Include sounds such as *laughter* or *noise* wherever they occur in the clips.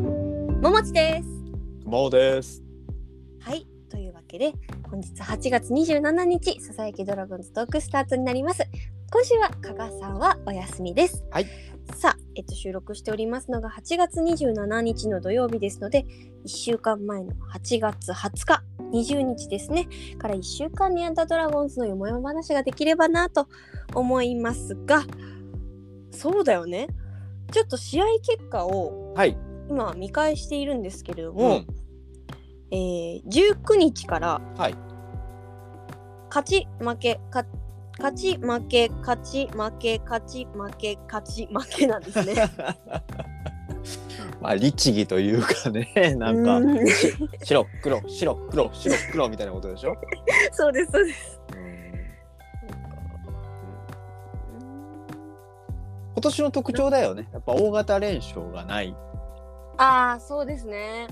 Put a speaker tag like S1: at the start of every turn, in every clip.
S1: ももちです
S2: もうです。
S1: はいというわけで本日8月27日ささやきドラゴンズトークスタートになります今週は加賀さんはお休みです
S2: はい
S1: さあ、えっと、収録しておりますのが8月27日の土曜日ですので1週間前の8月20日20日ですねから1週間にあったドラゴンズのよもやま話ができればなと思いますがそうだよねちょっと試合結果を
S2: はい。
S1: 今見返しているんですけれども、
S2: うん。
S1: えー、19日から
S2: はい。
S1: 勝ち負けか勝ち負け勝ち負け勝ち負け勝ち負けなんですね。
S2: *laughs* まあ律儀というかね、 *laughs* *laughs* なんか
S1: うん *laughs*
S2: 白黒白黒白黒みたいなことでしょ。
S1: そうですそうです。
S2: うん今年の特徴だよね。やっぱ大型連勝がない。
S1: ああそうですね。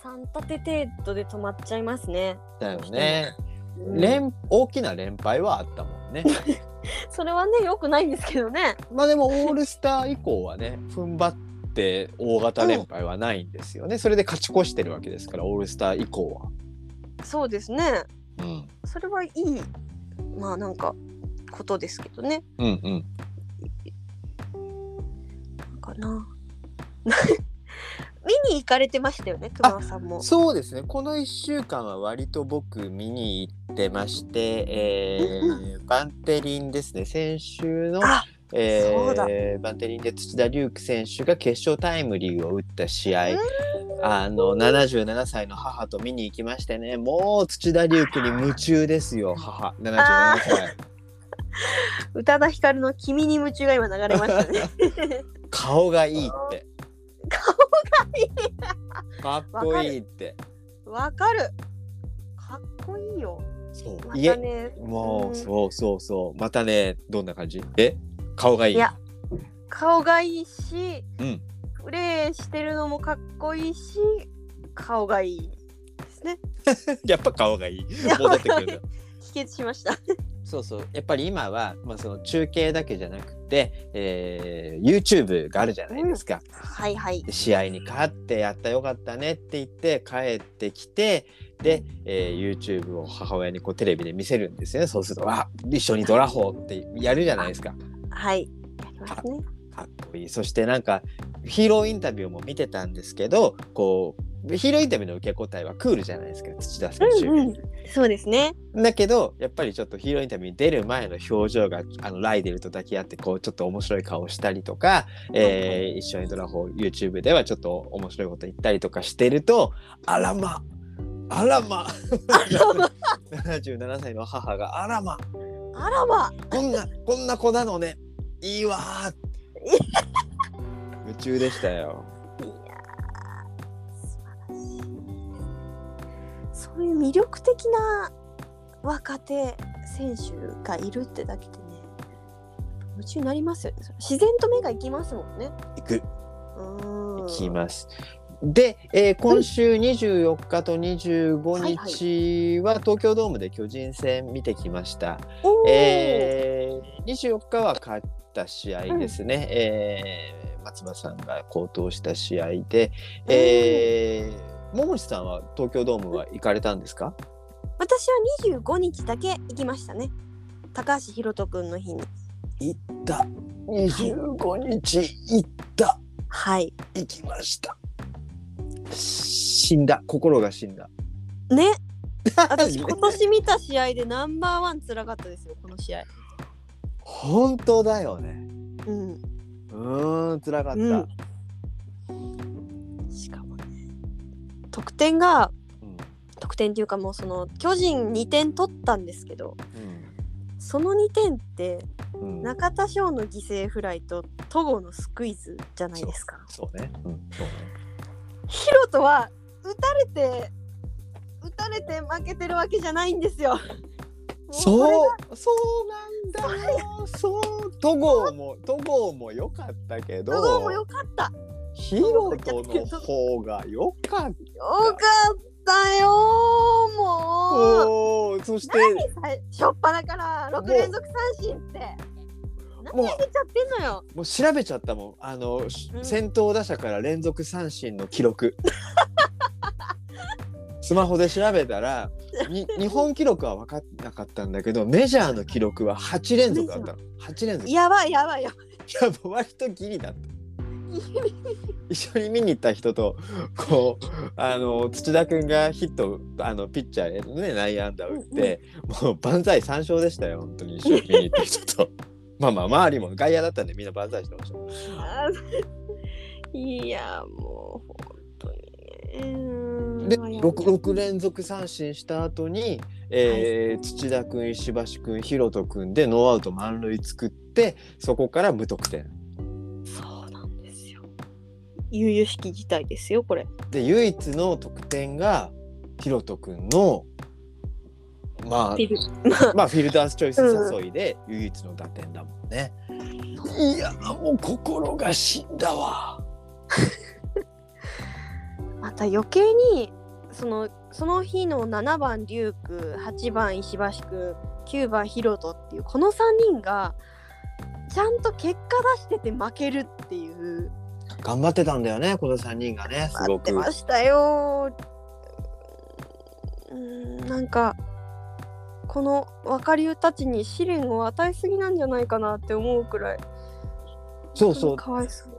S1: 三立て程度で止まっちゃいますね。
S2: だよね。
S1: うん
S2: 連大きな連敗はあったもんね。
S1: それはね良くないんですけどね。
S2: *laughs* まあでもオールスター以降はね、踏ん張って大型連敗はないんですよね。それで勝ち越してるわけですから、オールスター以降は。
S1: そうですね。
S2: うん。
S1: それはいいまあなんかことですけどね。
S2: うんうん。
S1: かな。 *laughs* 見に行かれてましたよね熊尾さんも。
S2: そうですねこの1週間は割と僕見に行ってまして、えーバンテリンですね先週の
S1: あ、
S2: え
S1: そうだ
S2: ーバンテリンで土田龍空選手が決勝タイムリーを打った試合あの77歳の母と見に行きましてねもう土田龍空に夢中ですよ母77歳
S1: 宇多田ヒカルの「君に夢中」が今流れました
S2: *laughs*
S1: ね。
S2: 顔がいいって
S1: 顔
S2: かっこいいって
S1: わかる。かっこいいよ。
S2: そう、
S1: ま
S2: いえ
S1: たね。
S2: も
S1: う
S2: うんそうそうそうまたねどんな感じえ顔がいい
S1: いや顔がいいし、
S2: うん *laughs*
S1: プレーしてるのもかっこいいし、顔がいいですね。
S2: やっぱ顔がいい。
S1: や
S2: 戻ってくるんだよ。
S1: 否決しました。
S2: *laughs* そうそう。やっぱり今は、まあ、その中継だけじゃなくて、えー、YouTube があるじゃないですか。
S1: はいはい。
S2: で試合に勝ってやったよかったねって言って帰ってきてで、えー YouTube を母親にこうテレビで見せるんですよねそうすると「わ一緒にドラホー」ってやるじゃないですか
S1: はい。やりますね。
S2: かっこいいそしてなんかヒーローインタビューも見てたんですけどこうヒーローインタビューの受け答えはクールじゃないですか土田選手、
S1: うんうん。そうですね。
S2: だけどやっぱりちょっとヒーローインタビューに出る前の表情があのライデルと抱き合ってこうちょっと面白い顔をしたりとか、えー一緒にドラフォー YouTube ではちょっと面白いこと言ったりとかしてるとあらまあらま *laughs* 77歳の母があらま
S1: あらま。
S2: こんなこんな子なのねいいわー *laughs* 夢中でしたよ。
S1: いやー素晴らしいですね。そういう魅力的な若手選手がいるってだけでね、夢中になりますよね。それ自然と目が行きますもんね。
S2: 行く
S1: うーん。
S2: いきます。で、えー今週24日と25日は東京ドームで巨人戦見てきました。
S1: おー
S2: えー24日は勝った試合ですね、えー松葉さんが好投した試合で、えー、桃地さんは東京ドームは行かれたんですか
S1: 私は25日だけ行きましたね。高橋宏斗くんの日に。
S2: 行った25日行った
S1: はい。
S2: 行きました死んだ心が死んだ
S1: ね。
S2: *laughs*
S1: 私今年見た試合でナンバーワン辛かったですよ、この試合。
S2: 本当だよね
S1: うん。
S2: うーん辛かった、
S1: う
S2: うんん
S1: しかもね。得点が得点っていうかもうその巨人2点取ったんですけどその2点って
S2: うんうん
S1: 中田翔の犠牲フライと戸郷のスクイズじゃないですか。
S2: そうね、うん、そうね
S1: ヒロトは打たれて打たれて負けてるわけじゃないんですよ。もう
S2: そうそうなんだよそう戸郷も戸郷も良かったけ
S1: これ戸郷も良
S2: ど
S1: かった。
S2: ヒロトの方が良
S1: よ
S2: かっ
S1: かったよー
S2: た
S1: もう。
S2: おーそして
S1: 何さしょっぱなから6連続三振って何
S2: もう
S1: あげちゃってんのよ。
S2: もう調べちゃったもんあの、し
S1: うん
S2: 先頭打者から連続三振の記 *laughs* 録スマホで調べたら *laughs* に日本記録は分かんなかったんだけどメジャーの記録は8連続だったの8連続い
S1: やばいやばいやばい。
S2: やもう割とギリだった *laughs* 一緒に見に行った人とこうあの土田君がヒットあのピッチャーへのね内野安打を打って、もう万歳三勝でしたよ本当に一緒に見に行った人 *laughs* とまあまあ周りも外野だったんでみんな万歳してました
S1: あー *laughs* いやもう本当にね。うーん
S2: で
S1: まあや
S2: 6, 6連続三振した後に、えー土田君石橋君ひろと君でノーアウト満塁作ってそこから無得点
S1: そうなんですよ。悠々しき事態ですよこれ。
S2: で唯一の得点がひろと君のま
S1: っていう
S2: あまあフィルダースチョイス誘いで唯一の打点だもんね。いやもう心が死んだわ。
S1: また余計にそのその日の7番龍空8番石橋君9番ヒロトっていうこの3人がちゃんと結果出してて負けるっていう
S2: 頑張ってたんだよねこの3人がねす
S1: 待
S2: ご
S1: って
S2: く。
S1: ましたようーんなんかこの若龍たちに試練を与えすぎなんじゃないかなって思うくらい
S2: そうそう
S1: かわいそう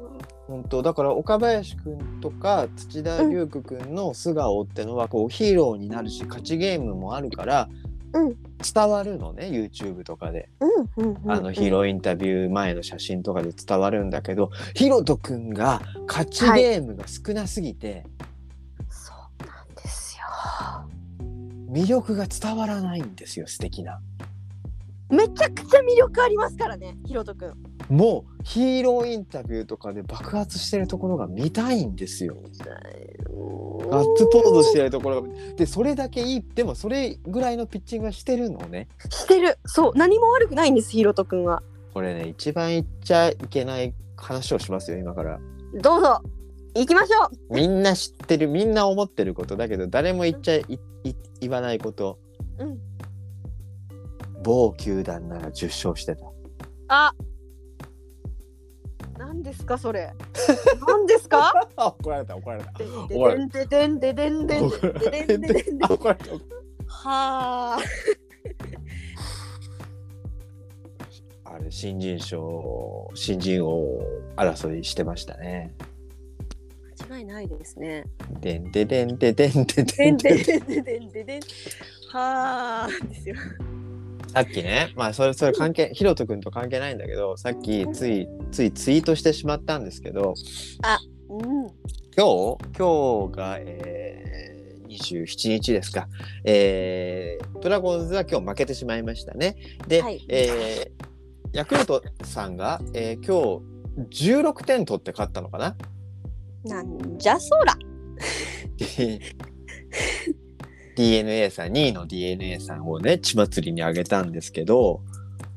S2: 本当だから岡林くんとか土田龍空くんの素顔ってのはこうヒーローになるし勝ちゲームもあるから
S1: うん
S2: 伝わるのね YouTube とかで
S1: うんうんうんうん
S2: あのヒーローインタビュー前の写真とかで伝わるんだけどヒロトくんが勝ちゲームが少なすぎて
S1: そうなんですよ
S2: 魅力が伝わらないんですよ素敵な。
S1: めちゃくちゃ魅力ありますからねヒロトくん
S2: もうヒーローインタビューとかで爆発してるところが見たいんですよ。ガッツポーズしてるところがでそれだけいいでもそれぐらいのピッチングはしてるのね。
S1: してるそう何も悪くないんですひろとくんは
S2: これね一番言っちゃいけない話をしますよ今から
S1: どうぞ行きましょう
S2: みんな知ってるみんな思ってることだけど誰も言っちゃいい言わないこと、
S1: うん、
S2: 某球団なら10勝してた
S1: あ何ですかそれ何ですか
S2: あ *laughs* 怒られた怒られた
S1: *laughs* でん
S2: おい
S1: ででんででんでんでんでんでんでんでん *laughs* でんでん
S2: *laughs* あ怒られた
S1: はあ
S2: あれ新人賞新人王争いしてましたね
S1: 間違いないですね
S2: でんででんででん
S1: で
S2: でで
S1: ん
S2: ん
S1: で
S2: で
S1: んでんでんでんでんはあですよ
S2: さっきねまあそれそれ関係ひろとくんと関係ないんだけどさっきついついツイートしてしまったんですけど
S1: うん
S2: 今日今日が、えー、27日ですか、えードラゴンズは今日負けてしまいましたね。で、
S1: はい
S2: えーヤクルトさんが、えー今日16点取って勝ったのかな *laughs*
S1: なんじゃそら
S2: d n a さん2位の d n a さんをね血祭りにあげたんですけど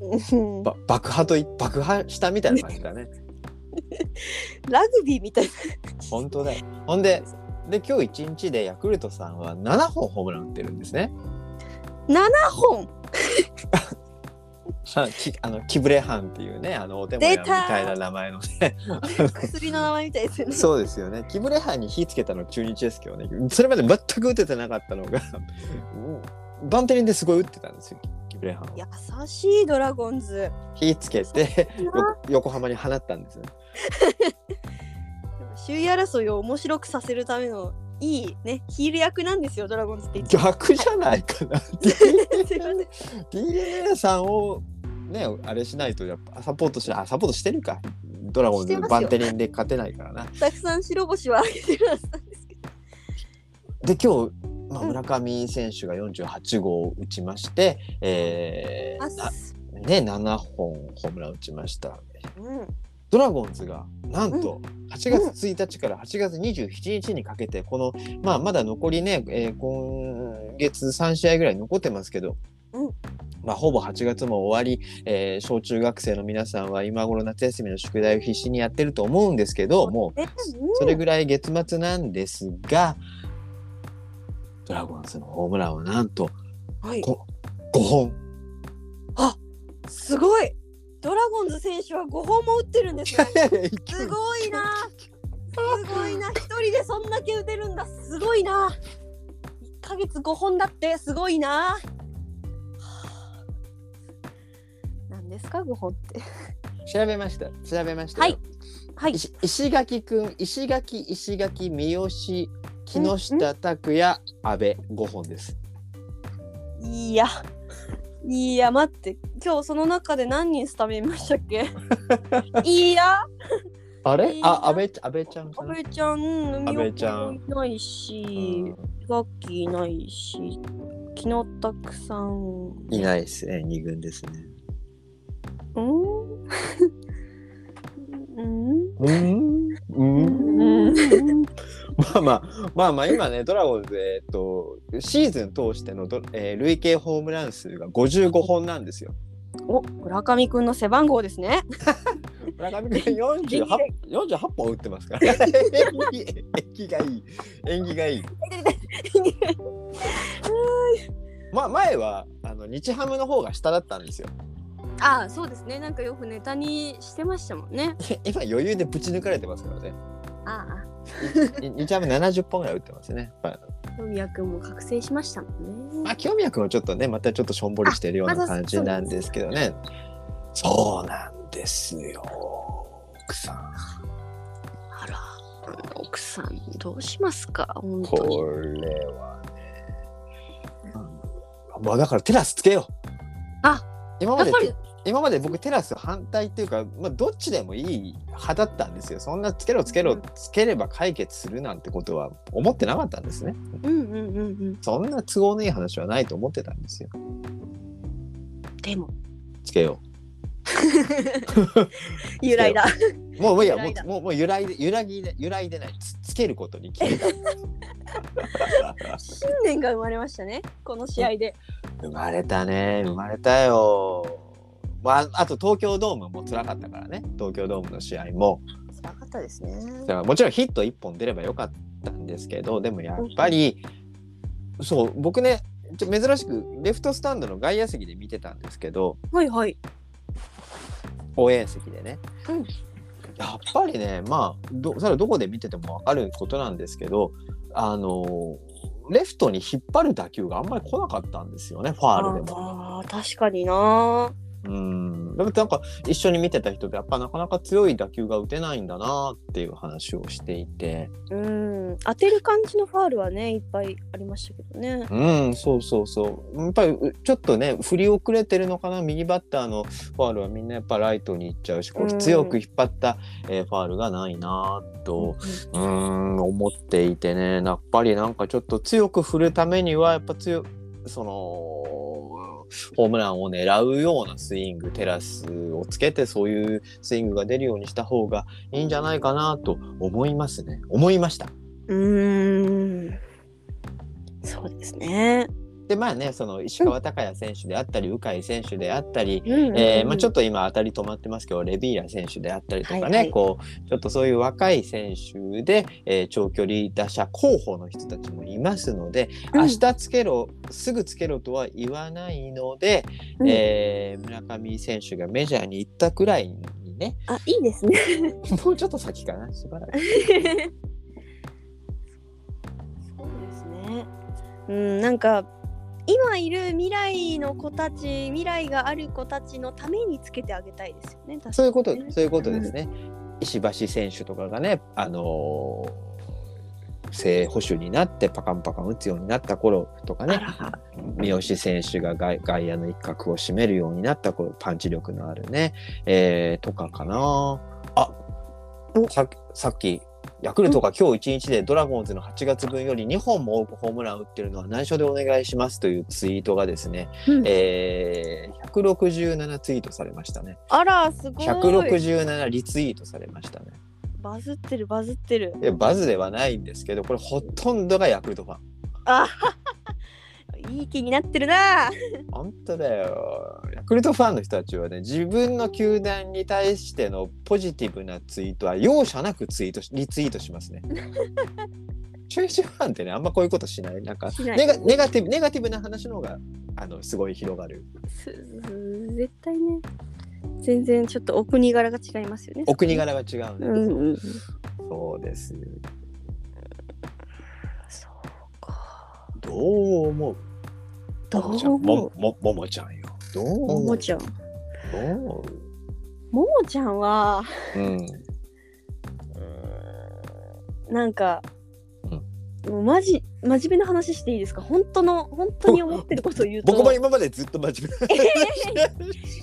S1: うん
S2: ば爆破とい爆破したみたいな感じだね。
S1: ラグビーみたいな
S2: 本当だよほんでで今日1日でヤクルトさんは7本ホームラン打ってるんですね。
S1: 7本
S2: さきあのキブレハンっていうねあのお手前みたいな名前の
S1: *laughs*
S2: ね
S1: 薬の名前みたいですよね
S2: そうですよねキブレハンに火つけたの中日ですけどねそれまで全く打ててなかったのがうんバンテリンですごい打ってたんですよキブレハンを
S1: 優しいドラゴンズ
S2: 火つけて
S1: いな
S2: よ横浜に放ったんですよ
S1: 首位争いを面白くさせるためのいいねヒール役なんですよドラゴンズって *laughs* 一応
S2: 逆じゃないかな
S1: *laughs* すいません
S2: d n a さんをねあれしないとやっぱサポートしないあサポートしてるかドラゴン
S1: して
S2: ズ
S1: ますよ
S2: バンテリンで勝てないからな
S1: たくさん白星は挙げてるはずなんですけど
S2: で今日、まあ、
S1: うん
S2: 村上選手が48号を打ちまして、え
S1: あ
S2: ーなね、7本ホームラン打ちました
S1: うん
S2: ドラゴンズがなんと8月1日から8月27日にかけてこの、まあ、まだ残りね、えー今月3試合ぐらい残ってますけど、
S1: うん
S2: まあ、ほぼ8月も終わり、えー小中学生の皆さんは今頃夏休みの宿題を必死にやってると思うんですけどもう
S1: えうん
S2: それぐらい月末なんですが、ドラゴンズのホームランはなんと
S1: はい
S2: こ5本。
S1: すごいドラゴンズ選手は5本も打ってるん *laughs* ですね。す
S2: い
S1: ごい *laughs* な。すごいな。一人でそんだけ打てるんだ。すごいな。一ヶ月5本だってすごいな。はあなんですか5本って。
S2: 調べました調べました
S1: はいはい。
S2: 石石垣くん石垣石垣三好木下拓也阿部5本です
S1: いや。いや待って今日その中で何人スタメンいましたっ *laughs* けいや
S2: あ
S1: い
S2: れ
S1: いな
S2: あ阿部阿部ちゃん
S1: 阿
S2: かな
S1: 部ちゃん海
S2: 安倍ちゃん
S1: いないしガッキーいないし木野拓さん
S2: いないですね二軍ですね
S1: うんうん
S2: うんうん
S1: うん
S2: まあまあまあまあ今ねドラゴンズえっとシーズン通してのど、えー累計ホームラン数が55本なんですよ
S1: お村上くんの背番号ですね
S2: 村上君48 48本打ってますから縁起縁起がいい縁起がいいまあ前はあの日ハムの方が下だったんですよ
S1: *laughs* ああそうですねなんかよくネタにしてましたもんね
S2: 今余裕でぶち抜かれてますからね
S1: あ
S2: に日ハム70本ぐらい打ってますね、まあ
S1: あ野宮くんも覚醒しましたもん
S2: ま
S1: ね
S2: あ清宮君はちょっとねまたちょっとしょんぼりしてるよう
S1: あま
S2: な
S1: あそう
S2: 感じなんですけどねそうなんですよ奥さん
S1: あら奥さんどうしますか本
S2: こ
S1: 当に
S2: れはねうんまあだからテラスつけよう
S1: あ
S2: 今
S1: や
S2: ま
S1: っ
S2: で
S1: ぱり
S2: 今まで僕テラス反対っていうか、まあ、どっちでもいい派だったんですよそんなつけろつけろつければ解決するなんてことは思ってなかったんですね
S1: うんうんうんうん
S2: そんな都合のいい話はないと思ってたんですよ
S1: でも
S2: つけよ
S1: 由来だ
S2: うもうもういいや
S1: 揺
S2: も
S1: らいだ
S2: うもうもう揺らいで揺らぎで揺らいでないつつけることに決めた
S1: *laughs*
S2: *laughs*
S1: 信念が生まれましたねこの試合で
S2: 生まれたね生まれたよまあ、あと東京ドームも辛かったからね東京ドームの試合も
S1: 辛かったですね
S2: だからもちろんヒット1本出ればよかったんですけどでもやっぱりそう僕ねちょ珍しくレフトスタンドの外野席で見てたんですけど
S1: はいはい
S2: 応援席でね、
S1: うん
S2: やっぱりねまあどそれはどこで見てても分かることなんですけどあのレフトに引っ張る打球があんまり来なかったんですよねファールでも。
S1: あー確かにな
S2: うんでもなんか一緒に見てた人でやっぱなかなか強い打球が打てないんだなっていう話をしていて。
S1: うん当てる感じのファールはねいっぱいありましたけどね
S2: うん、そうそうそう。やっぱりうちょっとね、振り遅れてるのかな、右バッターのファールはみんなやっぱライトに行っちゃうし、こ
S1: う
S2: うん強く引っ張った、えーファールがないなぁと、うーん、思っていてね、やっぱりなんかちょっと強く振るためには、やっぱ強、その、ホームランを狙うようなスイング、テラスをつけて、そういうスイングが出るようにした方がいいんじゃないかなと思いますね。思いました。
S1: うんそうですね
S2: でまあねその石川昂弥選手であったり鵜飼、選手であったり、
S1: うん
S2: えーまあ、ちょっと今当たり止まってますけどレビーラ選手であったりとかね、
S1: はいはい
S2: こうちょっとそういう若い選手で、えー長距離打者候補の人たちもいますので、
S1: うん
S2: 明日つけろすぐつけろとは言わないので、
S1: うん
S2: えー村上選手がメジャーに行ったくらいにね
S1: あいいですね *laughs*
S2: もうちょっと先かなしばらく。
S1: そうですねうんなんか今いる未来の子たち未来がある子たちのためにつけてあげたいですよね確かにね
S2: そういうこと、そういうことですね。石橋選手とかがね、あのー正捕手になってパカンパカン打つようになった頃とか
S1: あ
S2: ね、
S1: ら
S2: 三好選手が外外野の一角を占めるようになった頃、パンチ力のあるね、えーとかかな。あささっき、ヤクルトが今日1日でドラゴンズの8月分より2本も多くホームラン打ってるのは内緒でお願いしますというツイートがですね、
S1: うん
S2: えー167ツイートされましたね。
S1: あらすごい
S2: 167リツイートされましたね。
S1: バズってるバズってる
S2: いやバズではないんですけど、これほとんどがヤクルトファン。
S1: あいい気になってるな
S2: 本当だよ。ヤクルトファンの人たちはね、自分の球団に対してのポジティブなツイートは容赦なくツイートしリツイートしま
S1: *laughs*
S2: すね。中止ファンってね、あんまこういうことしない。なんか
S1: しない
S2: ネガネガティ
S1: *laughs*
S2: ブネガティブな話の方があのすごい広がる。
S1: すす絶対ね全然ちょっとお国柄が違いますよね。
S2: お国柄は違うんだけ
S1: う
S2: ど、
S1: んうんうん。
S2: そうです
S1: そうか。
S2: どう思う
S1: ど
S2: ももち
S1: う
S2: ゃん
S1: 思
S2: も
S1: う
S2: もももちゃんよどう
S1: も
S2: 思
S1: も
S2: う
S1: ちゃん。
S2: どう思
S1: ももちゃんは、
S2: ううん
S1: なんか、
S2: うん
S1: もうマジ真面目な話していいですか本当の本当に思ってることを言うと
S2: 僕も今までずっと真面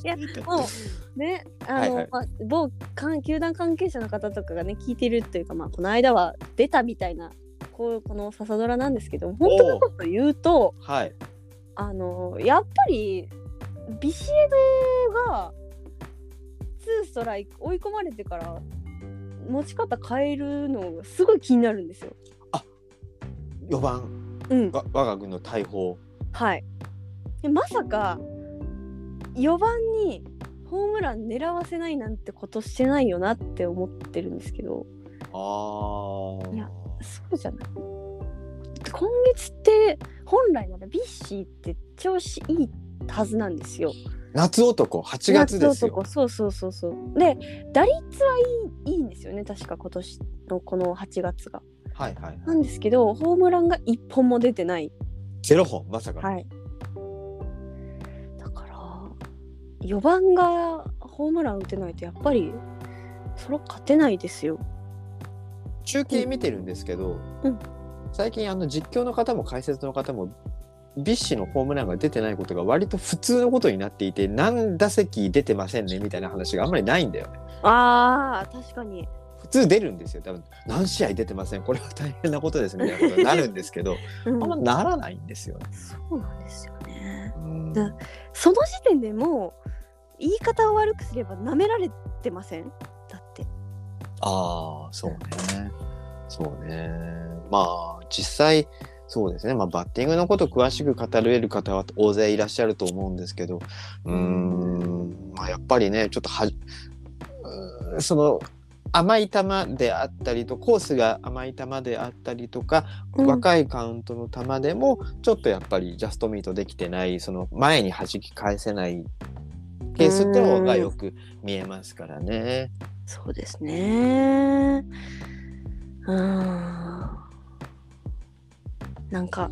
S1: や
S2: 目な
S1: もうねあの、
S2: はいはい
S1: まあ、某関球団関係者の方とかがね聞いてるというか、まあ、この間は出たみたいなこうこの朝ドラなんですけど本当のこと言うと
S2: はい
S1: あのやっぱりビシエドがツーストライク追い込まれてから持ち方変えるのがすごい気になるんですよ。
S2: 4番
S1: うん、
S2: わ我が軍の大砲
S1: はい、でまさか4番にホームラン狙わせないなんてことしてないよなって思ってるんですけど
S2: ああ
S1: いやそうじゃない今月って本来ならビッシーって調子いいはずなんですよ。
S2: 夏男8月で
S1: 夏
S2: すよ
S1: 男そうそうそうそう。で打率はいいいいんですよね確か今年のこの8月が。
S2: はいはいは
S1: ないんですけどホームランが1本も出てない
S2: ゼロ本まさかの、
S1: はい。だから4番がホームラン打てないとやっぱりそれは勝てないですよ。
S2: 中継見てるんですけど、
S1: うん
S2: 最近あの実況の方も解説の方もビッシュのホームランが出てないことが割と普通のことになっていて何打席出てませんねみたいな話があんまりないんだよね
S1: ああ確かに。
S2: 普通出るんですよ多分何試合出てませんこれは大変なことですみたいなことになるんですけど
S1: うん
S2: あんまならないんですよね。
S1: そうなんですよね。
S2: うん
S1: だその時点でもう言い方を悪くすれば舐められてませんだって。
S2: ああそうねそうねまあ実際そうですね、まあ、バッティングのこと詳しく語れる方は大勢いらっしゃると思うんですけどうーん、まあ、やっぱりねちょっとはうーんその甘い球であったりとコースが甘い球であったりとか、
S1: うん
S2: 若いカウントの球でもちょっとやっぱりジャストミートできてないその前に弾き返せないケースってのがよく見えますからね。
S1: そうですね。うーん。なんか、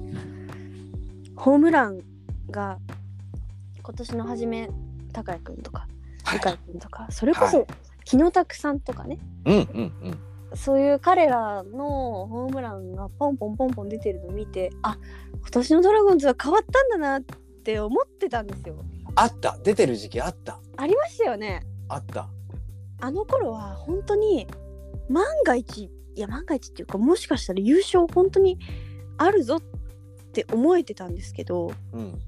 S1: ホームランが今年の初め、高谷くんとか、
S2: はい
S1: 向井くんとか、それこ
S2: は
S1: そ、木野拓さんとかね、
S2: うんうんうん
S1: そういう彼らのホームランがポンポンポンポン出てるのを見て、あ今年のドラゴンズは変わったんだなって思ってたんですよ。
S2: あった出てる時期あった
S1: ありましたよね。
S2: あった
S1: あの頃は本当に万が一いや万が一っていうかもしかしたら優勝本当にあるぞって思えてたんですけど
S2: うん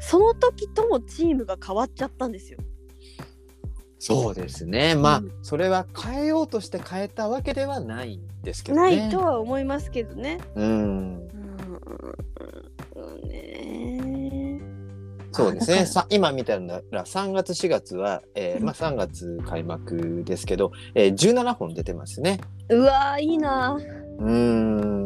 S1: その時ともチームが変わっちゃったんですよ。
S2: そうですねまあ、
S1: うん
S2: それは変えようとして変えたわけではないんですけど
S1: な
S2: ね
S1: いとは思いますけどね。
S2: うん
S1: うんうんね
S2: そうです
S1: あだ
S2: *laughs* ね
S1: から
S2: さ今見たら3月4月は、えーまあ、3月開幕ですけど、えー、17本出てますね
S1: うわーいいなー。
S2: うん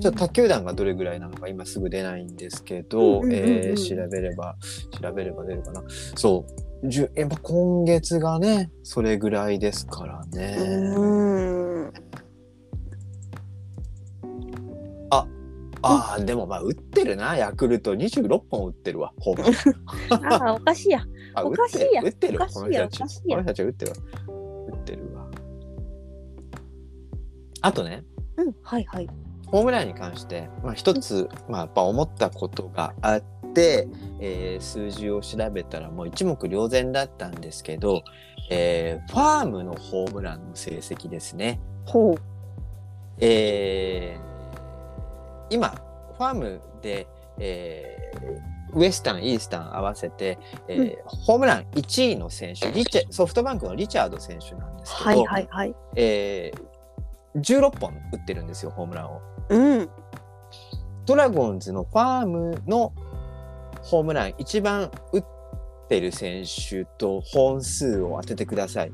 S2: ちょっと他球団がどれぐらいなのか今すぐ出ないんですけど、
S1: うんうんうんうん
S2: えー調べれば調べれば出るかなそうじゅやっぱ今月がねそれぐらいですからね、
S1: うん
S2: ああ、でもまあ打ってるなヤクルト26本打ってるわホームラン
S1: *laughs* ああおかしいや。
S2: あ
S1: お
S2: 打
S1: か
S2: っ
S1: していや
S2: る打ってる
S1: お
S2: こ
S1: かしい
S2: の
S1: や
S2: 人たち
S1: お
S2: こ
S1: かしいや
S2: の人たち打ってるわ打ってるわあとね
S1: うんはいはい。
S2: ホームランに関して、まあ、一つ、まあ、やっぱ思ったことがあって、えー数字を調べたらもう一目瞭然だったんですけど、えーファームのホームランの成績ですね。
S1: ほう。
S2: えー今ファームで、えーウエスタンイースタン合わせて、えー
S1: うん
S2: ホームラン1位の選手リチャソフトバンクのリチャード選手なんですけど、
S1: はいはいはい。
S2: えー16本打ってるんですよホームランを。
S1: うん。
S2: ドラゴンズのファームのホームラン一番打ってる選手と本数を当ててください。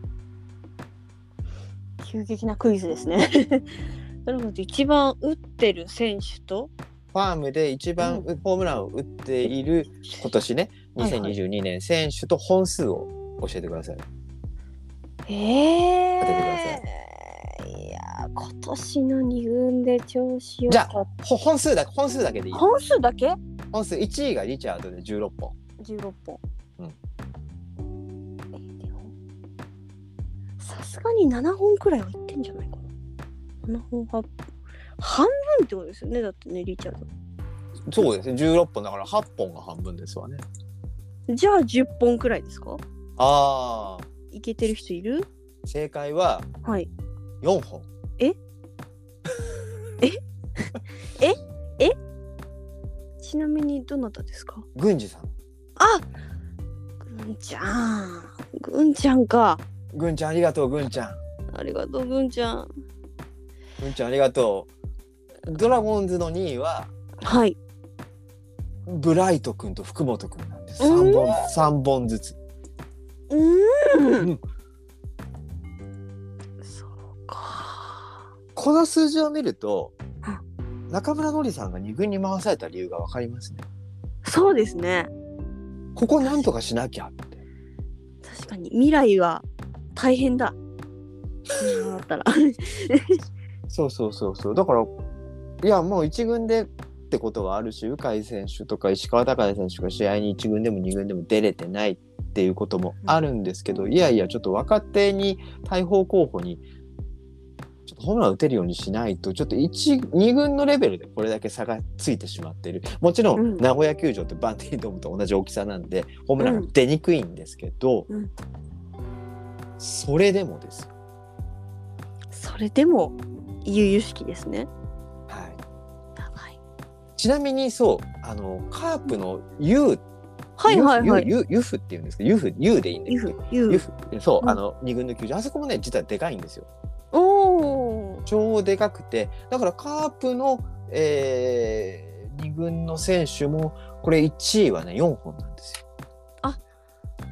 S1: 急激なクイズですね。 *laughs* ドラゴンズ一番打ってる選手と
S2: ファームで一番ホームランを打っている今年ね2022年選手と本数を教えてください。
S1: え
S2: 当ててくださ
S1: ー、いやー今年の二軍で調子よ
S2: じ
S1: か
S2: ゃ
S1: った
S2: ほ本数だけ本数だけでいい。
S1: 本数だけ
S2: 本数1位がリチャードで16本。
S1: 16本
S2: うん
S1: えでもさすがに7本くらいはいってんじゃないかな7本8半分ってことですよねだってねリチャー
S2: そうですね16本だから8本が半分ですわね。
S1: ドじゃあ10本くらいですか
S2: ああ
S1: いけてる人いる
S2: 正解は
S1: はい
S2: 4本。
S1: ちなみにどなたですか
S2: 郡司さん。
S1: あぐんちゃんぐんちゃんか
S2: 郡ちゃんありがとう郡ちゃん。
S1: ありがとうぐんちゃん
S2: 郡ちゃんありがとう。ドラゴンズの2位は
S1: はい
S2: ブライト君と福本君なんです。
S1: う
S2: 3
S1: ん
S2: 本三本ずつ。
S1: うー
S2: うん
S1: んそうか
S2: この数字を見ると
S1: う
S2: 中村のりさんが2軍に回された理由がわかりますね。
S1: そうですね
S2: ここなんとかしなきゃって。
S1: 確かに未来は大変だ。だったら *laughs*
S2: そうそうそうそう。だから、いや、もう一軍でってことはあるし、鵜飼選手とか石川昂弥選手が試合に一軍でも二軍でも出れてないっていうこともあるんですけど、いやいや、ちょっと若手に、大砲候補に、ちょっとホームラン打てるようにしないと、ちょっと一二軍のレベルでこれだけ差がついてしまってる。もちろ
S1: うん
S2: ん、名古屋球場ってバンテリンドームと同じ大きさなんで、ホームランが出にくいんですけど、
S1: うん
S2: それでもですよ
S1: それでも悠々しきですね。
S2: はい。
S1: はい
S2: ちなみにそうあのカープの U
S1: はいはいはい。
S2: ユユユフっていうんですけどユフ U でいいんで
S1: ゆ
S2: すけ
S1: ふ
S2: ど
S1: ゆ
S2: ユ
S1: ふ。
S2: フそう、
S1: うん
S2: あの二軍の球場あそこもね実はでかいんですよ
S1: おー
S2: 超でかくてだからカープの、えー、二軍の選手もこれ1位はね4本なんですよ
S1: あ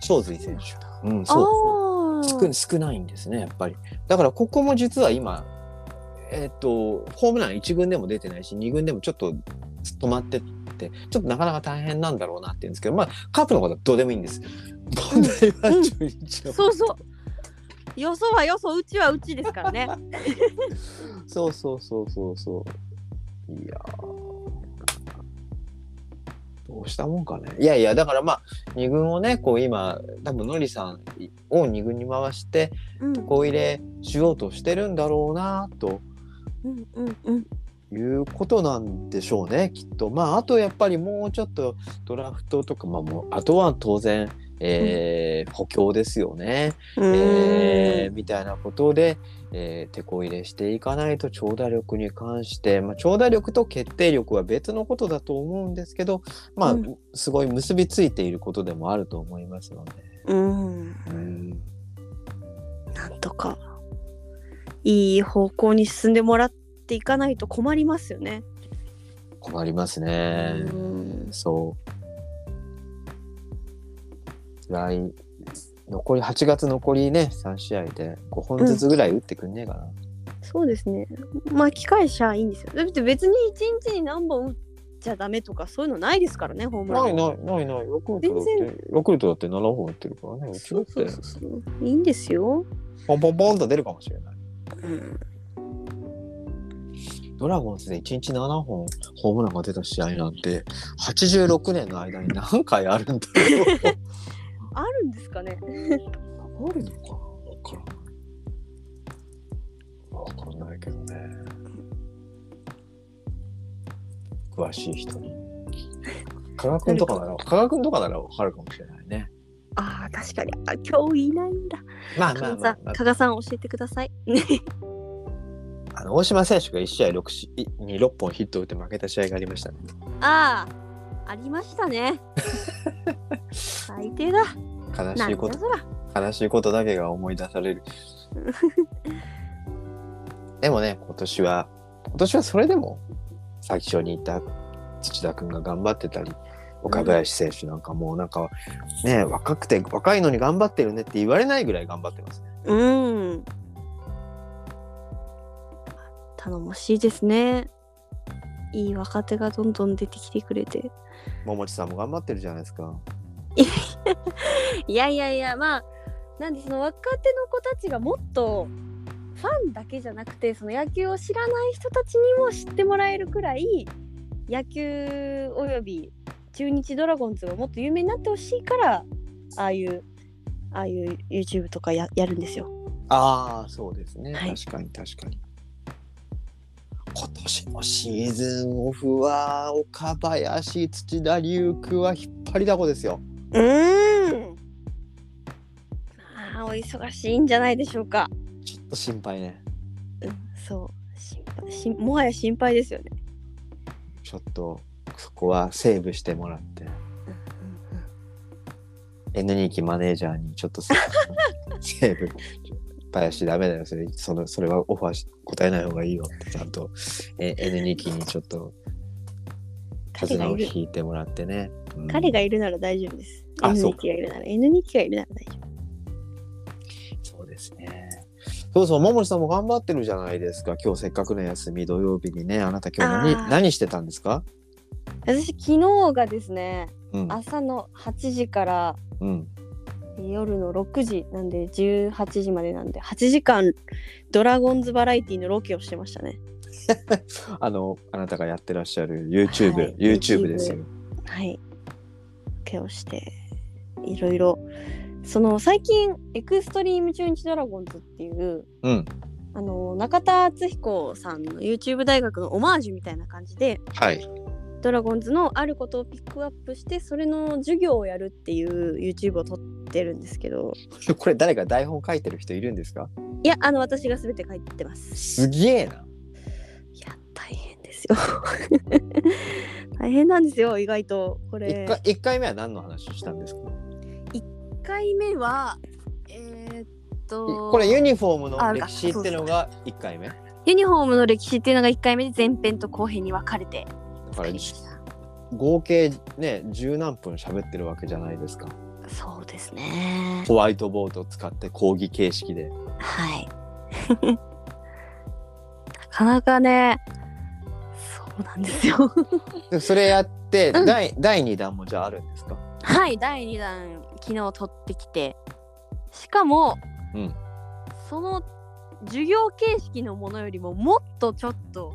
S2: 長髄選手うん
S1: あ
S2: そう
S1: ー
S2: 少少ないんですねやっぱりだからここも実は今えーっとホームラン1軍でも出てないし2軍でもちょっと止まってってちょっとなかなか大変なんだろうなって言うんですけどまあカープのことはどうでもいいんです問題は
S1: うん
S2: 順調
S1: そうそう。よそはよそ、うちはうちですからね。
S2: そうそうそうそうそういやーどうしたもんかねいやいやだからまあ2軍をねこう今多分のりさんを2軍に回して
S1: うん
S2: こう入れしようとしてるんだろうなと
S1: うんうんうん。
S2: いうことなんでしょうねきっと。まああとやっぱりもうちょっとドラフトとか、まあ、もうあとは当然、えー補強ですよね、
S1: う
S2: え
S1: ー
S2: ー
S1: ん
S2: みたいなことで、えー手こ入れしていかないと長打力に関して、まあ、長打力と決定力は別のことだと思うんですけどまあ、
S1: うん
S2: すごい結びついていることでもあると思いますので。
S1: うん。
S2: うん
S1: なんとか。いい方向に進んでもらっていかないと困りますよね。
S2: 困ります
S1: う
S2: ね。
S1: ん
S2: そう。辛い。残り8月残りね3試合で5本ずつぐらい打ってくんねえかな、
S1: そうですね。巻き返しゃいいんですよ。だって別に1日に何本打っちゃダメとかそういうのないですからね、ホームラン。
S2: ないないないヤク
S1: トだ
S2: ル
S1: って全
S2: ヤクルトだって7本打ってるからねう
S1: そうそうそうそう。いいんですよ。
S2: ポンポンポンと出るかもしれない
S1: うん、
S2: ドラゴンズで1日7本ホームランが出た試合なんて86年の間に何回あるんだろ
S1: あるんですかね。
S2: うあるのかな分からん分かんないけどね詳しい人 *laughs* に加賀君とかなら加賀君とかなら分かるかもしれないね
S1: ああ、確かに。あ今日いないんだ。
S2: まあ
S1: 加
S2: まあ
S1: 賀
S2: ま
S1: さ
S2: あ,、ま
S1: ん、加賀さん教えてください。
S2: あ、あの大島選手が1試合6しに6本ヒット打って負けた試合がありましたね
S1: ああ、ありました
S2: *laughs*
S1: ね。最低だ。
S2: 悲
S1: な
S2: しい
S1: ん
S2: こ
S1: だ
S2: と
S1: そら。
S2: 悲しいことだけが思い出されるでもね今年は今年はそれでも最初にいた土田君が頑張ってたり岡林選手なんかもうなんかね若くて若いのに頑張ってるねって言われないぐらい頑張ってますね
S1: うん。頼もしいですね。いい若手がどんどん出てきてくれて。
S2: 桃地さんも頑張ってるじゃないですか
S1: いやいやいやまあなんでその若手の子たちがもっとファンだけじゃなくてその野球を知らない人たちにも知ってもらえるくらい野球および中日ドラゴンズがもっと有名になってほしいからああいうああいう YouTube とかややるんですよ。
S2: ああ、そうですね。
S1: はい
S2: 確かに確かに。今年のシーズンオフは岡林、土田龍空は引っ張りだこですよ。
S1: うーんまあお忙しいんじゃないでしょうか。
S2: ちょっと心配ね。
S1: うん、そう心配しもはや心配ですよね。
S2: ちょっとそこはセーブしてもらって。N 2期マネージャーにちょっとセーブ。林ダメだよそれそのそれはオファーし答えない方がいいよってちゃんとえ N2 期にちょっと手
S1: 彼が
S2: 綱を
S1: いる
S2: 引いてもらってね。うん
S1: 彼がいるなら大丈夫です。
S2: あ
S1: N2
S2: そうか
S1: 期がいるなら N2 期がいるなら大丈
S2: そうですね。そうそう、ももりさんも頑張ってるじゃないですか。今日せっかくの休み、土曜日にね、あなた今日
S1: あー
S2: 何何してたんですか
S1: 夫。私昨日がですね
S2: うん。
S1: 朝の8時から
S2: うん、
S1: 夜の6時なんで18時までなんで8時間ドラゴンズバラエティのロケをしてましたね。
S2: あの、あなたがやってらっしゃる YouTube、
S1: はい
S2: YouTube ですよ。
S1: はい。ロケをしていろいろその最近エクストリーム中日ドラゴンズっていう
S2: うん。
S1: あの中田敦彦さんの YouTube 大学のオマージュみたいな感じで
S2: はい。
S1: ドラゴンズのあることをピックアップしてそれの授業をやるっていう YouTube を撮ってるんですけど
S2: これ誰か台本書いてる人いるんですか
S1: いやあの私が全て書いてます
S2: すげえな。
S1: いや大変ですよ *laughs* 大変なんですよ意外とこれ
S2: 一回一回目は何の話をしたんですか
S1: 1回目はえーっと
S2: これユニフォーム
S1: あ
S2: の歴史ってのが一回目だ
S1: ユニフォームの歴史っていうのが1回目で前編と後編に分かれて
S2: か
S1: 作
S2: ら
S1: りました
S2: 合計ね十何分喋ってるわけじゃないですか
S1: そうですね
S2: ホワイトボードを使って講義形式で
S1: はい。
S2: *laughs*
S1: なかなかね、そうなんですよ。
S2: でそれやって、
S1: うん
S2: 第第2弾もじゃああるんですか
S1: はい、第2弾、昨日取ってきて、しかも、
S2: うん
S1: その授業形式のものよりももっとちょっと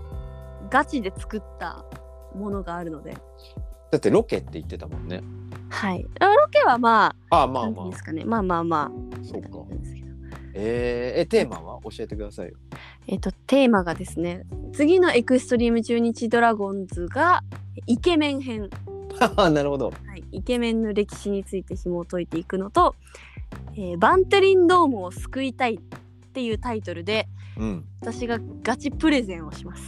S1: ガチで作ったものがあるので、
S2: だってロケって言ってたもんね
S1: はい。あロケはま
S2: ああ
S1: あ、な
S2: まあ
S1: んてい
S2: ま
S1: うんで
S2: あ
S1: すかね、まあまあまあ、
S2: そうか
S1: なんですけど
S2: えー、えテーマは教えてくださいよ *laughs*
S1: えっと、テーマがですね、次のエクストリーム中日ドラゴンズがイケメン編。
S2: あなるほど
S1: はい、イケメンの歴史について紐解いていくのと、えーバンテリンドームを救いたいっていうタイトルで
S2: うん
S1: 私がガチプレゼンをします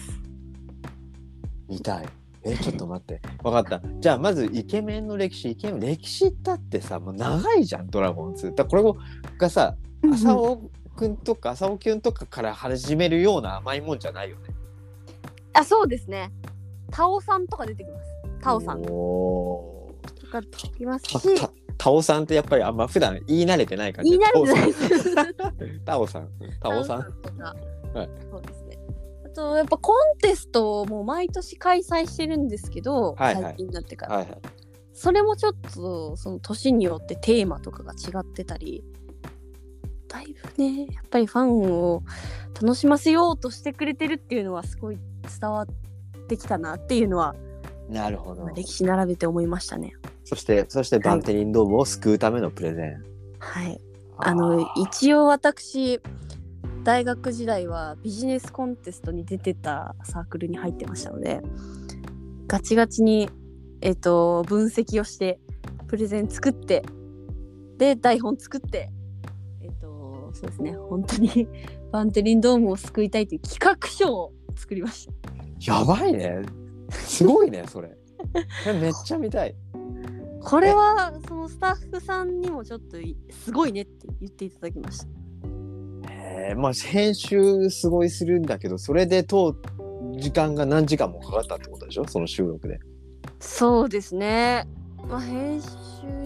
S2: 見たい
S1: *laughs*
S2: えちょっと待って分かったじゃあまずイケメンの歴史イケメン歴史だってさもう長いじゃんドラゴンズだからこれがさ浅
S1: うんうん
S2: 尾くんとか浅尾きゅんとかから始めるような甘いもんじゃないよね
S1: あそうですねタオさんとか出てきますタオさんと
S2: おー
S1: か出てきます
S2: た
S1: した
S2: タオさんってやっぱりあんま普段言い慣れてない感じ
S1: 言い慣れてない
S2: タオさ
S1: *laughs*
S2: んタオさんタオさん
S1: とか、
S2: はい
S1: そうですねあとやっぱコンテストをもう毎年開催してるんですけど、
S2: はいはい
S1: 最近になってから、
S2: はいはい
S1: それもちょっとその年によってテーマとかが違ってたりだいぶねやっぱりファンを楽しませようとしてくれてるっていうのはすごい伝わってきたなっていうのは、
S2: なるほど
S1: まあ歴史並べて思いましたね。
S2: そしてそしてバンテリンドームを救うためのプレゼン
S1: はい、あの
S2: ー
S1: 一応私大学時代はビジネスコンテストに出てたサークルに入ってましたのでガチガチに、えっと分析をしてプレゼン作ってで台本作ってえっ、とそうですね本当に *laughs* バンテリンドームを救いたいという企画書を作りました
S2: やばいねすごいねそ
S1: *laughs*
S2: れそれめっちゃ見たい
S1: これはそのスタッフさんにもちょっといすごいねって言っていただきました
S2: えーまあ編集すごいするんだけどそれでと時間が何時間もかかったってことでしょその収録で
S1: そうですね。まあ、編集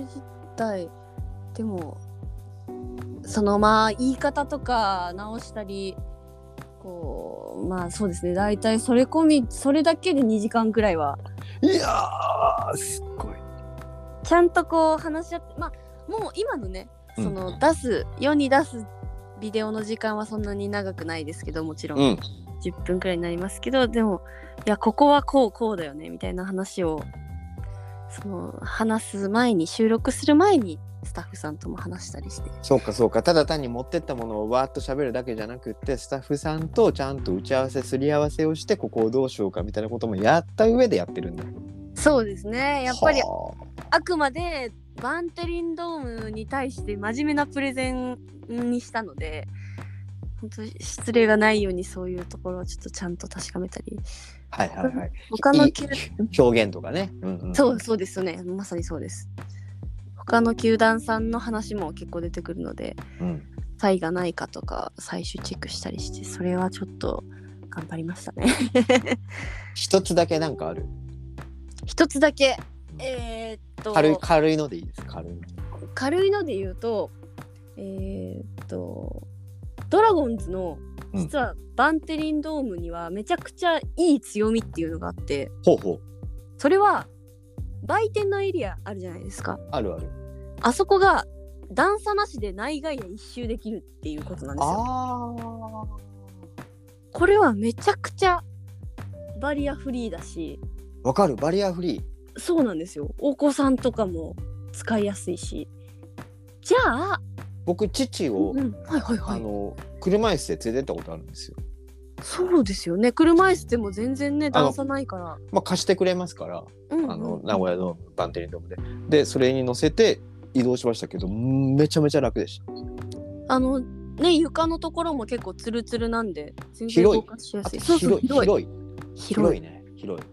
S1: 自体でもそのまあ言い方とか直したりこうまあそうですね大体それ込みそれだけで2時間くらいはい
S2: やーすっごい
S1: ちゃんとこう話し合ってまあもう今のね
S2: うん
S1: その出す世に出すビデオの時間はそんなに長くないですけどもちろん、
S2: うん
S1: 10分くらいになりますけどでもいやここはこうこうだよねみたいな話をその話す前に収録する前にスタッフさんとも話したりして
S2: そうかそうかただ単に持ってったものをわーっと喋るだけじゃなくってスタッフさんとちゃんと打ち合わせすり合わせをしてここをどうしようかみたいなこともやった上でやってるんだ
S1: そうですねやっぱり
S2: はあ
S1: あくまでバンテリンドームに対して真面目なプレゼンにしたので本当に失礼がないようにそういうところをちょっとちゃんと確かめたり
S2: はいはいはい
S1: 他の
S2: いい
S1: 球
S2: 表現とかね、うんうん、
S1: そうそうですよねまさにそうです他の球団さんの話も結構出てくるので
S2: うん
S1: 差異がないかとか最終チェックしたりしてそれはちょっと頑張りましたね *laughs*
S2: 一つだけなんかある
S1: 一つだけえーっと
S2: 軽い軽いのでいいです軽いの
S1: 軽いので言うとえーっとドラゴンズの
S2: うん
S1: 実はバンテリンドームにはめちゃくちゃいい強みっていうのがあって
S2: ほうほう
S1: それは売店のエリアあるじゃないですか
S2: あるある
S1: あそこが段差なしで内外野一周できるっていうことなんですよ
S2: あ
S1: これはめちゃくちゃバリアフリーだし
S2: ーわかるバリアフリー
S1: そうなんですよお子さんとかも使いやすいしじゃあ、
S2: 僕父を、
S1: うん、はいはいは
S2: あ
S1: い
S2: の車椅子で連れてったことあるんですよ
S1: そうですよね車椅子でも全然ね
S2: あの
S1: 段差ないから
S2: まあ貸してくれますから
S1: うんうん
S2: あの名古屋のバンテリンドームででそれに乗せて移動しましたけどめちゃめちゃ楽でした
S1: あのね床のところも結構ツルツルなんで全然
S2: 広い
S1: 動かしや
S2: あ
S1: す
S2: と
S1: いそうそう
S2: 広い広
S1: 広い
S2: い広いね広い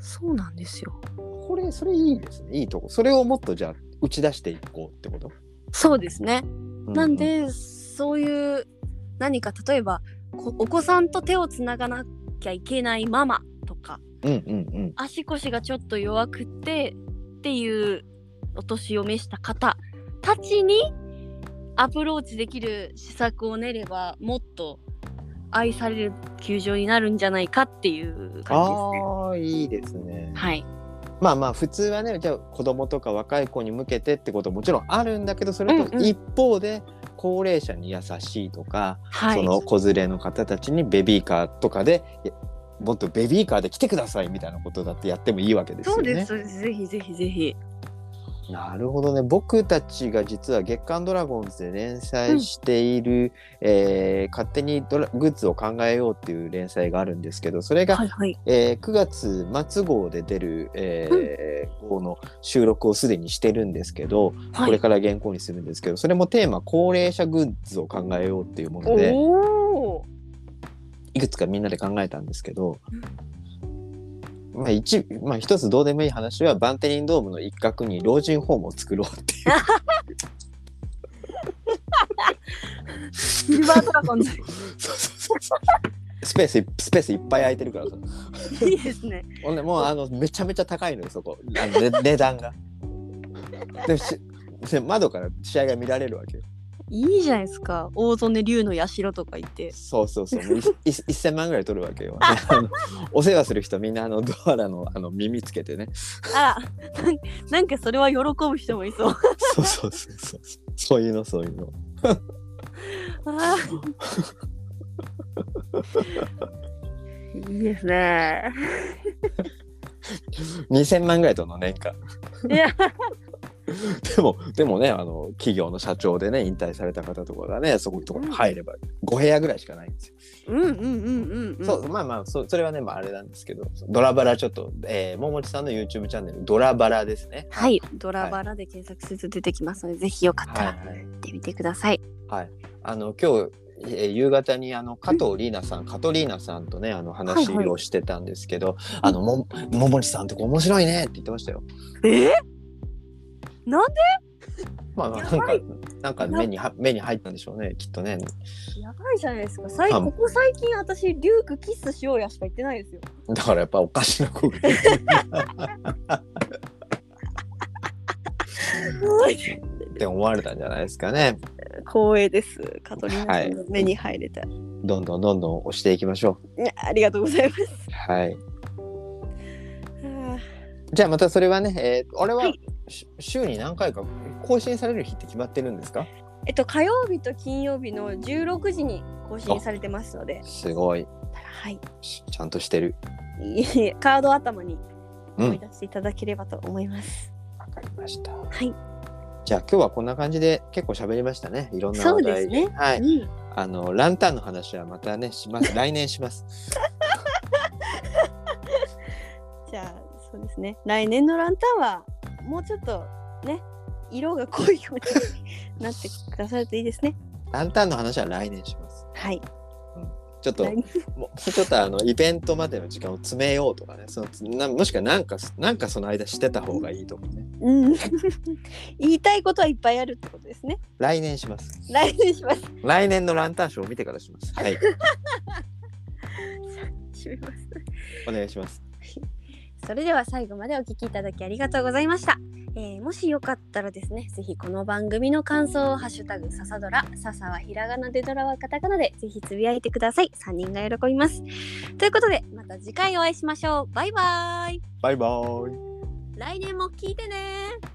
S1: そうなんですよ
S2: これそれいいですねいいとこそれをもっとじゃあ打ち出していこうってこと
S1: そうですねな
S2: うんう
S1: でそういう何か例えばこお子さんと手をつながなきゃいけないママとか
S2: うんうん
S1: 足腰がちょっと弱くてっていうお年を召した方たちにアプローチできる施策を練ればもっと愛される球場になるんじゃないかっていう感じですね。
S2: ああいいですね
S1: はい、
S2: まあまあ普通はねじゃあ子供とか若い子に向けてってことももちろんあるんだけどそれ
S1: うん
S2: と
S1: うん
S2: 一方で高齢者に優しいとか、
S1: は
S2: そ
S1: い、
S2: の子連れの方たちにベビーカーとかでいやもっとベビーカーで来てくださいみたいなことだってやってもいいわけですよ
S1: そう
S2: ね。
S1: ですそうですぜひぜひぜひ
S2: なるほどね僕たちが実は月刊ドラゴンズで連載している、えー勝手にドラグッズを考えようっていう連載があるんですけどそれが、
S1: はいはい
S2: えー9月末号で出る、えー号の収録をすでにしてるんですけど、
S1: は
S2: これ
S1: い
S2: から原稿にするんですけどそれもテーマ高齢者グッズを考えようっていうもので
S1: おお
S2: いくつかみんなで考えたんですけど、まあ一まあ、一つどうでもいい話はバンテリンドームの一角に老人ホームを
S1: *laughs*
S2: 作ろうっていう
S1: シルバードラゴンズ
S2: そうそうそうそう。スペースいスペースいっぱい空いてるからさ。
S1: いいですね
S2: ほんでもうあのめちゃめちゃ高いのよそこ。あのね、値段が。でしで窓から試合が見られるわけよ。
S1: *laughs* いいじゃないですか大曽根龍の社とかいて
S2: そうそうそう。
S1: *laughs*
S2: もういい1000万ぐらい取るわけよ。 *laughs* あのお世話する人みんなあのドアラのあの耳つけてね。
S1: あらなんなんかそれは喜ぶ人もいそう。
S2: そうそうそうそう。そういうのそういうの。
S1: あーいいですね。
S2: 2000万ぐらいとの年間。
S1: いや
S2: でもでもねあの企業の社長でね引退された方とかがねそういうところに入れば5部屋ぐらいしかないんですよ。
S1: うんうんうんうん、うん、
S2: そうまあまあそそれはね、まあ、あれなんですけどドラバラちょっと、えー、ももちさんの YouTube チャンネルドラバラですね。
S1: はいドラバラで検索すると出てきますので、ぜひよかったら
S2: はいはい
S1: 見てみてください。
S2: あの今日えー夕方にあの加藤リーナさん、カトリーナさんとねあの話
S1: はいはい
S2: をしてたんですけど、あのもももちさんとこ面白いねって言ってましたよ。
S1: え
S2: まあ、まあ、
S1: や
S2: なんか
S1: ばい
S2: なんか目には目に入ったんでしょうねきっとね。
S1: やばいじゃないですか。最
S2: あ
S1: ここ最近私リュークキスしようやしか言ってないですよ。
S2: だからやっぱおかし
S1: *laughs*
S2: な子がって思われたんじゃないですかね。
S1: 光栄です。カトリーナさんの
S2: はい
S1: 目に入れた、
S2: どんどんどんどん押していきましょ
S1: いやありがとうございます。
S2: う。はい。
S1: あー
S2: じゃあまたそれはね、えーあれは
S1: はい
S2: し週に何回か更新される日って決まってるんですか
S1: えっと火曜日と金曜日の16時に更新されてますので、
S2: すごい
S1: はい、
S2: しちゃんとしてる。
S1: いえいえカード頭に
S2: うん
S1: 思い出していただければと思います。
S2: わかりました。
S1: はい、
S2: じゃあ今日はこんな感じで結構喋りましたね。いろんな話題。
S1: そうですね
S2: はい。
S1: うん
S2: あのランタンの話はまたねします。来年します。 *laughs*
S1: じゃあそうですね来年のランタンはもうちょっとね色が濃いようになってくださるといいですね。
S2: ランタンの話は来年します。
S1: はい。
S2: ちょっと
S1: 来
S2: もうもうちょっとあのイベントまでの時間を詰めようとかね。そのつなもしくはなんかなんかその間してた方がいいとかね。
S1: うん。 *laughs* 言いたいことはいっぱいあるってことですね。
S2: 来年します。
S1: 来年します。
S2: 来年のランタンショーを見てからしま
S1: *laughs*
S2: す。はい。
S1: 締めます。
S2: お願いします。
S1: それでは最後までお聞きいただきありがとうございました、えーもしよかったらですねぜひこの番組の感想をハッシュタグささドラささはひらがなでドラはカタカナでぜひつぶやいてください3人が喜びますということでまた次回お会いしましょうバイバイ
S2: バイバイ。
S1: 来年も聞いてねー